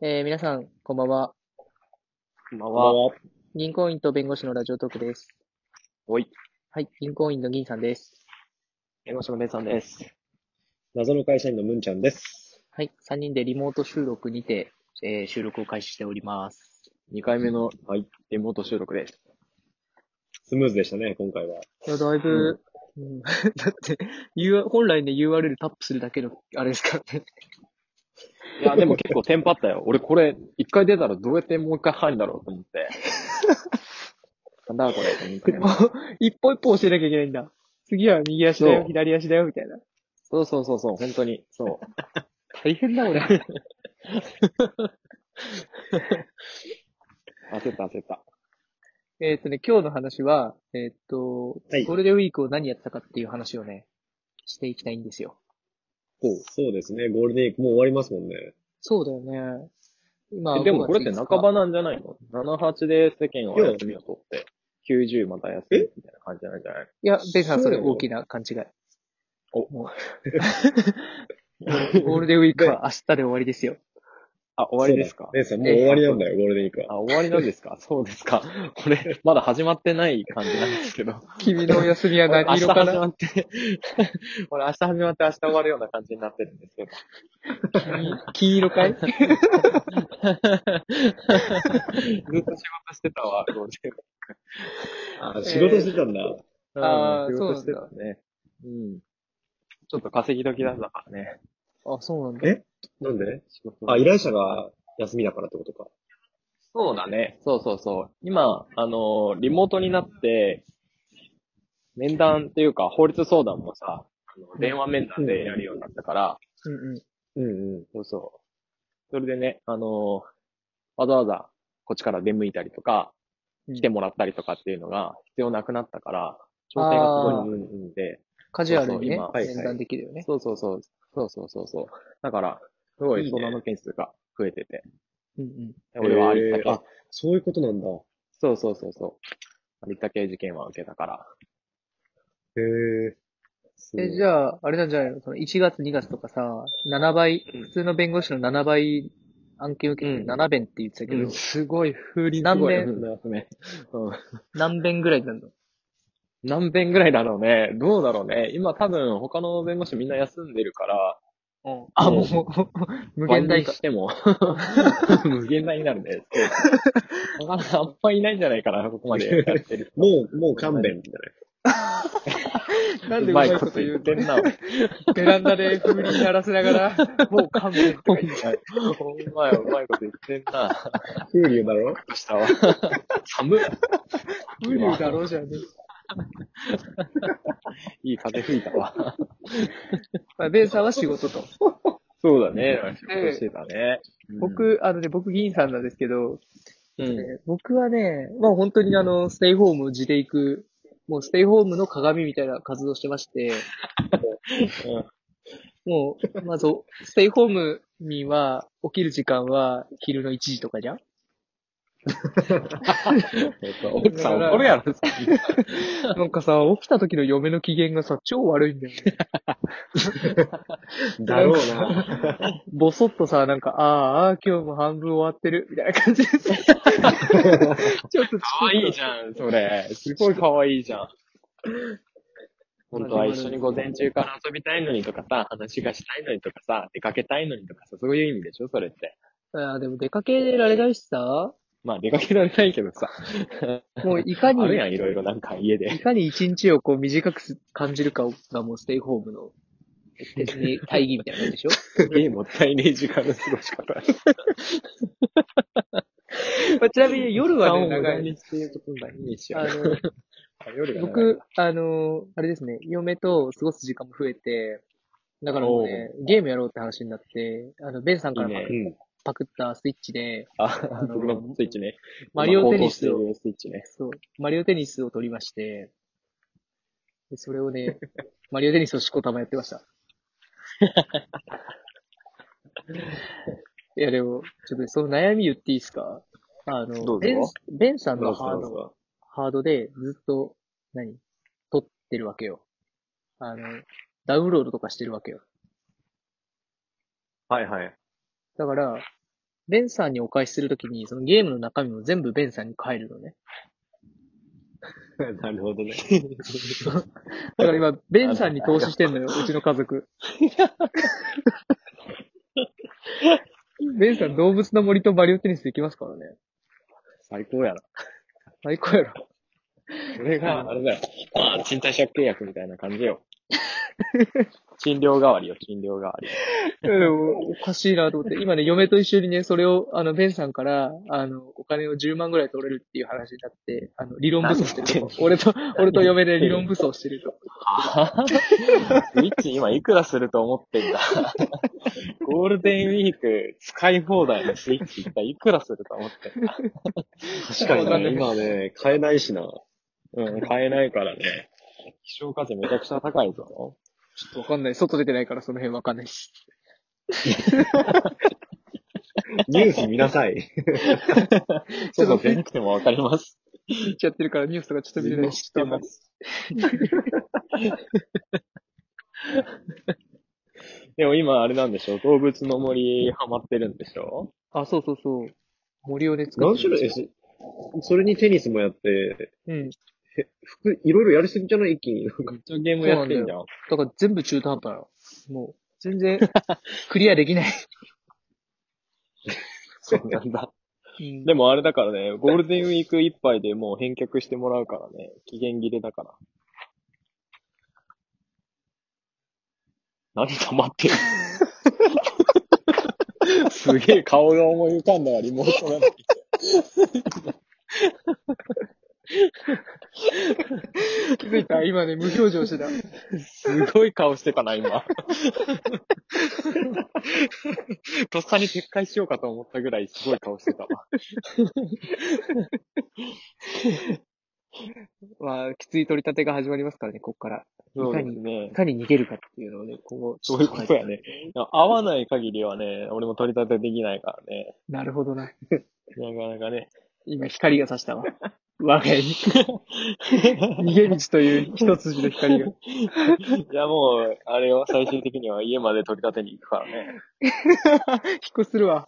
えー皆さん、こんばんは。こんばんこんばは。銀行員と弁護士のラジオトークです。おい、はい、銀行員の銀さんです。弁護士のめいさんです。謎の会社員のむんちゃんです。はい、3人でリモート収録にて、えー収録を開始しております。 2回目の、はい、リモート収録です。スムーズでしたね、今回は。いや、だいぶ、うん だって、U- 本来の URL タップするだけの、あれですからね。いや、でも結構テンパったよ。 俺これ、1回出たらどうやってもう1回入るんだろうと思 って。なんだこれと思ったけど一歩一歩教えなきゃいけないんだ。次は右足だよ左足だよ、みたいな。そうそうそうそう、本当に。そ大変だ、俺。う。焦った焦った。えっとね、今日の話は、えっと、はいゴールデンウィークを何やってたかっていう話をね、していきたいんですよ。そうですね、ゴールデンウィークもう終わりますもんね。そうだよね。今えでもこれって半ばの、なんじゃないの ?7、8で世間は休みを取って、90また休みみたいな感じじゃないんじゃないいや、ベンさん、それそう大きな勘違い。おもう ゴールデンウィークは明日で終わりですよ。あ、終わりですかそうだ姉さん、もう終わりなんだよ、ゴールデンウィークは。あ、終わりなんですか そうですか。これ、まだ始まってない感じなんです けど。君のお休みは明何日色か始なま って、これ明日始まって明日終わるような感じになってるんですけど。黄黄色 かい ずっと仕事してたわ、ゴールデンウィークあ、仕事してたんだ。あーうん仕事してたね。うん。ちょっと稼ぎ時だったからね。あ、そうなんだ。えなんで仕事あ、依頼者が休みだからってことか。そうだね。そうそうそう。今、あのーリモートになって、面談っていうか、法律相談もさ、あの電話面談でやるようになったから、うんうん。うんうん。そうそう。それでね、あのーわざわざこっちから出向いたりとか、うん来てもらったりとかっていうのが必要なくなったから、調整がすごいうんうん進んで、カジュアルにねそうそう今、はいはい面談できるよね。そうそうそう、そうそうそうそう。だから、すごいいいね相談の件数が増えてて、うんうん。俺はありったえーけ、あ、そういうことなんだ。そうそうそうそう、ありったけ事件は受けたから。へえ。すごいえ、じゃあ、あれなんじゃないのその ?1 月、2月とかさ、7倍、うん普通の弁護士の7倍案件受けてうん7弁って言ってたけど、すごい風鈴何遍すごいうんうん何弁ぐらいになるの何遍ぐらいだろうね。どうだろうね。今多分他の弁護士みんな休んでるから、あ、うんもう、無限大倍にかし。て も、無限大になるね。そうなかなかあんまいないんじゃないかな、ここまでやってる。もう、もう勘弁みたいなんうまいこと言うってんな。ベランダで風鈴鳴らせながら。もう勘弁とか言ってない。ほんまや、うまいこと言ってんな。な。風流だろ下は。 寒い。無理だろうじゃね。いい風吹いたわ。まあ、ベンさんは仕事と。そうだね。仕事してたね。うん、僕、あのね、僕、銀さんなんですけど、うん。えー僕はね、まあ本当にあの、ステイホームを地で行く、もうステイホームの鏡みたいな活動してまして、もう、まず、ステイホームには、起きる時間は昼の1時とかじゃんえっと、奥さん怒るやろ、さっきなんかさ、起きた時の嫁の機嫌がさ、超悪いんだよね。だろうな。ぼそっとさ、なんか、あーあー、今日も半分終わってる、みたいな感じで さ、ちょっと可愛いじゃん、それ。すごい可愛いじゃん。本当は一緒に午前中から遊びたいのにとかさ、話がしたいのにとかさ、出かけたいのにとかさ、そういう意味でしょそれって。あーでも出かけられないし さ、まあ出かけられないけどさ、もういかにあ、るやん、いろいろなんか家でい。かに一日をこう短くす感じるかがもうステイホームの、別に大義みたいな感じでしょすげえもったいねえ時間の過ごし方。 まあちなみに夜はね、長い。にしていうことだいいしあの、夜が長い僕、あの、あれですね、嫁と過ごす時間も増えて、だからもうね、ゲームやろうって話になって、あの、ベンさんからパいいねうん。パクったスイッチで、あ、僕のスイッチね。マリオテニス今を高、騰しているスイッチ ね。そう、マリオテニスを取りまして、でそれを ね、マリオテニスをしこたまやってました。いや、でも、ちょっとねその悩み言っていいですかあの、どうぞベン、ベンさんのどうぞハーどうド、ハードでずっと、何撮ってるわけよ。あの、ダウンロードとかしてるわけよ。 はいはい。だから、ベンさんにお返しするときに、そのゲームの中身も全部ベンさんに変えるのね。なるほどね。だから今、ベンさんに投資してんのよ、うちの家族。ベンさん、動物の森とバリオテニスできますからね。最高やろ。最高やろ。それが、あれだよ。ああ、賃貸借契約みたいな感じよ。 賃料代わりよ、賃料代わり。うんおかしいなと思って。今ね、嫁と一緒にね、それを、あの、ベンさんから、あの、お金を10万ぐらい取れるっていう話になって、あの、理論武装してるなんと。俺と、俺と嫁で理論武装してると。あウィッチ今いくらすると思って んだゴールデンウィーク使い放題のスイッチ一体いくらすると思ってんだ確かにわかんないね、今ね、買えないしな。うん、買えないからね。希少価値めちゃくちゃ高いぞ。ちょっとわかんない。外出てないからその辺わかんないし。ニュース見なさい。ちょっと出なくてもわかります。言っちゃってるからニュースとかちょっと見みれんなない知しっ。てます。でも今あれなんでしょ動物の森ハマってるんでしょあ、そうそうそう。森をね、作っ 何て種る類えそそれにテニスもやって、うん。服、いろいろやりすぎじゃない一気に。めっちゃゲームやってんじゃん。だから全部中途半端なの。もう、全然、クリアできない。そうなんだ。 うんでもあれだからね、ゴールデンウィークいっぱいでもう返却してもらうからね、期限切れだから。何黙って るすげえ顔が思い浮かんだわ、リモートなのに。気づいた今ね、無表情してた。すごい顔してたな、今。とっさに撤回しようかと思ったぐらいすごい顔してたわ。まあ、きつい取り立てが始まりますからね、こっから。そうですねい。かに逃げるかっていうのをね、今後。そういうことやね。合わない限りはね、俺も取り立てできないからね。なるほどな。なかなかね。今、光が差したわ。我が家に。逃げ道という一筋の光 が。いや、もう、あれよ、最終的には家まで取り立てに行くからね。引っ越しするわ。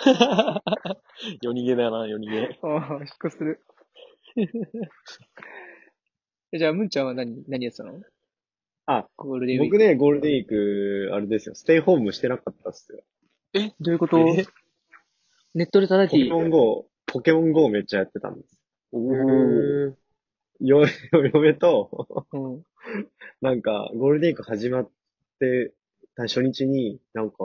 夜逃げだな、夜逃げ。ああ、引っ越しする。えじゃあ、むんちゃんは何、何やってたのあ、ゴールデンウィーク。僕ね、ゴールデンウィーク、あれですよ、ステイホームしてなかったっすよ。どういうことネットで叩ポケき。モン GO、ポケモン GO めっちゃやってたんです。おー。うよ、嫁と、ん。なんか、ゴールデンウィーク始まって、た初日に、なんか、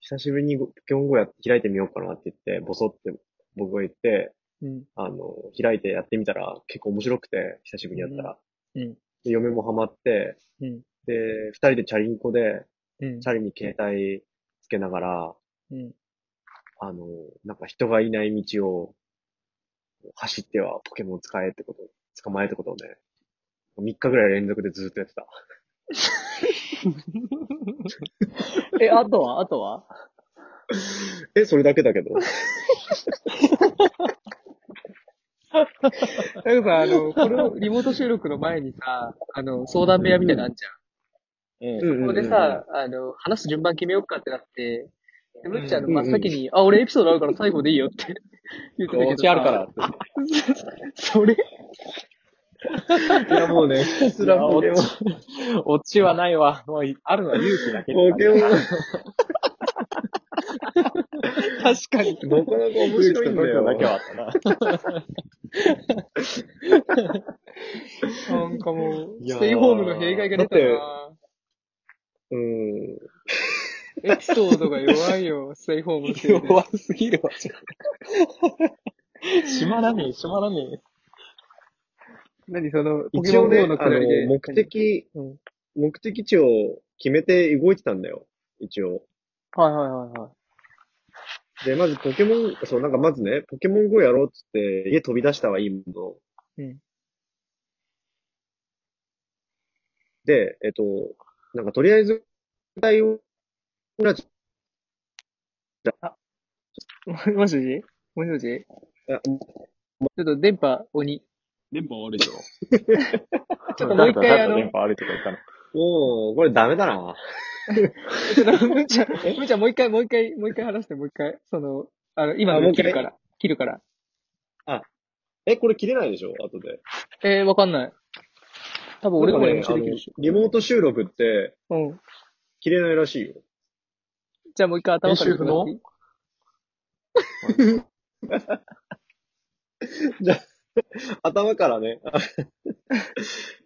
久しぶりにポケモン GO や開いてみようかなって言って、ボソって僕が言って、うん。あの、開いてやってみたら結構面白くて、久しぶりにやったら。うんうんで、嫁もハマって、うん。で、二人でチャリンコで、うんチ。ャリに携帯つけながら、うん。あの、なんか人がいない道を、走ってはポケモン使えってこと、捕まえってことをね、3日ぐらい連続でずっとやってた。え、あとはあとはえ、それだけだけど。なんかさ、あの、このリモート収録の前にさ、あの、相談部屋みたいなのあんじゃん。うん。こここでさ、あの、話す順番決めようかってなって、でむっちゃんのうん真っ先に、あ、俺エピソードあるから最後でいいよって 言ってたけどさ。お家あるからって。それ、いやもうね、ひたすらポケモン、オチはないわ。もう、あるのは勇気だけ。ポケモン、な確かに。かなか面白いんだよ。だけはあったな。なんかもう、いや ーステイホームの弊害が出たなうん。エピソードが弱い よ、ステイホームのせいで。弱すぎるわ。閉まらねえ、閉まらねえ。何その、ポケ一モ応ンね、GO あののくだりで。、目的、うん目的地を決めて動いてたんだよ。一応。はいはいはいはい。で、まずポケモン、そう、なんかまずね、ポケモン GO やろうっつって、家飛び出したはいいもの。うんで、えっと、なんかとりあえず、大を、裏地もしもしもしもしちあょっと電波鬼。電波悪いよ。 ちょっともう一回あの電波悪いとか言ったの。おー、これダメだな。 むちゃん、むちゃんもう一回、もう一回、もう一回話して、もう一回。その、あの、今あものう一切回るから。切るから。え、これ切れないでしょ後で。えー、わかんない。多分俺なんもか練ね習できるでしあのリモート収録ってょ。うん。切れないらしいよ。じゃあもう一回頭から行くの練頭からね。 あ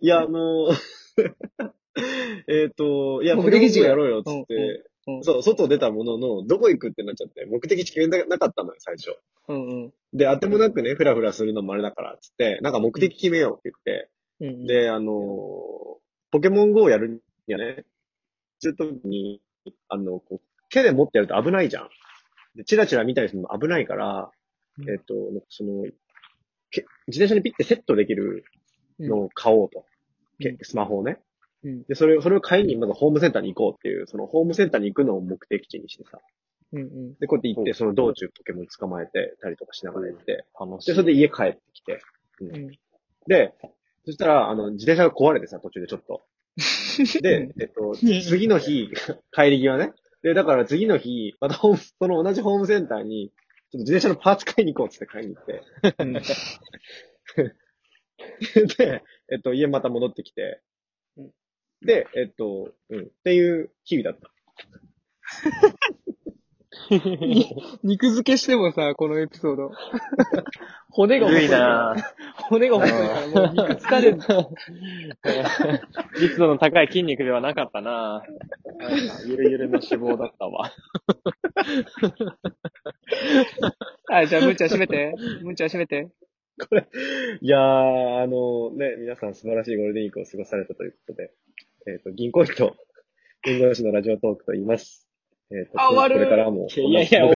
いや、あの、 えっと、いや、目的地がやろうよ、つって。うんうんそう、外出たものの、どこ行くってなっちゃって、目的地決めなかったのよ、最初。うんうん。で、あてもなくね、ふらふらするのもあれだから、つって、なんか目的決めようって言っうて、んうん、で、あのー、ポケモン GO をやるにはね、するときに、あの、こう手で持ってやると危ないじゃん。で、チラチラ見たりするのも危ないから、うんえっと、その、け自転車にピッてセットできるのを買おうと。けうんスマホをね。うんで、それを、それを買いに、まずホームセンターに行こうっていう、そのホームセンターに行くのを目的地にしてさ。うんうん。で、こうやって行って、その道中ポケモン捕まえてたりとかしながら行って。楽しで、い。それで家帰ってきて。うんで、そしたら、あの、自転車が壊れてさ、途中でちょっと。 で、えっと、次の日、帰り際ね。で、だから次の日、またホーム、その同じホームセンターに、ちょっと自転車のパーツ買いに行こうっつって買いに行って。 うんで、えっと、家また戻ってきてうん。で、えっと、うん、っていう日々だった。肉付けしてもさ、このエピソ ード。骨が古細いいなから。ぁ。骨が細いから、もう肉疲れる。 密度の高い筋肉ではなかったなぁ。ゆるゆるの脂肪だったわ。あ、じゃあ、むーちゃん閉めて。むーちゃん閉めて。いやー、あのね、皆さん素晴らしいゴールデンウィークを過ごされたということで、えっ、と、銀行員と、銀行士のラジオトークと言います。えっ、と、あ終わるこれからも、いやいや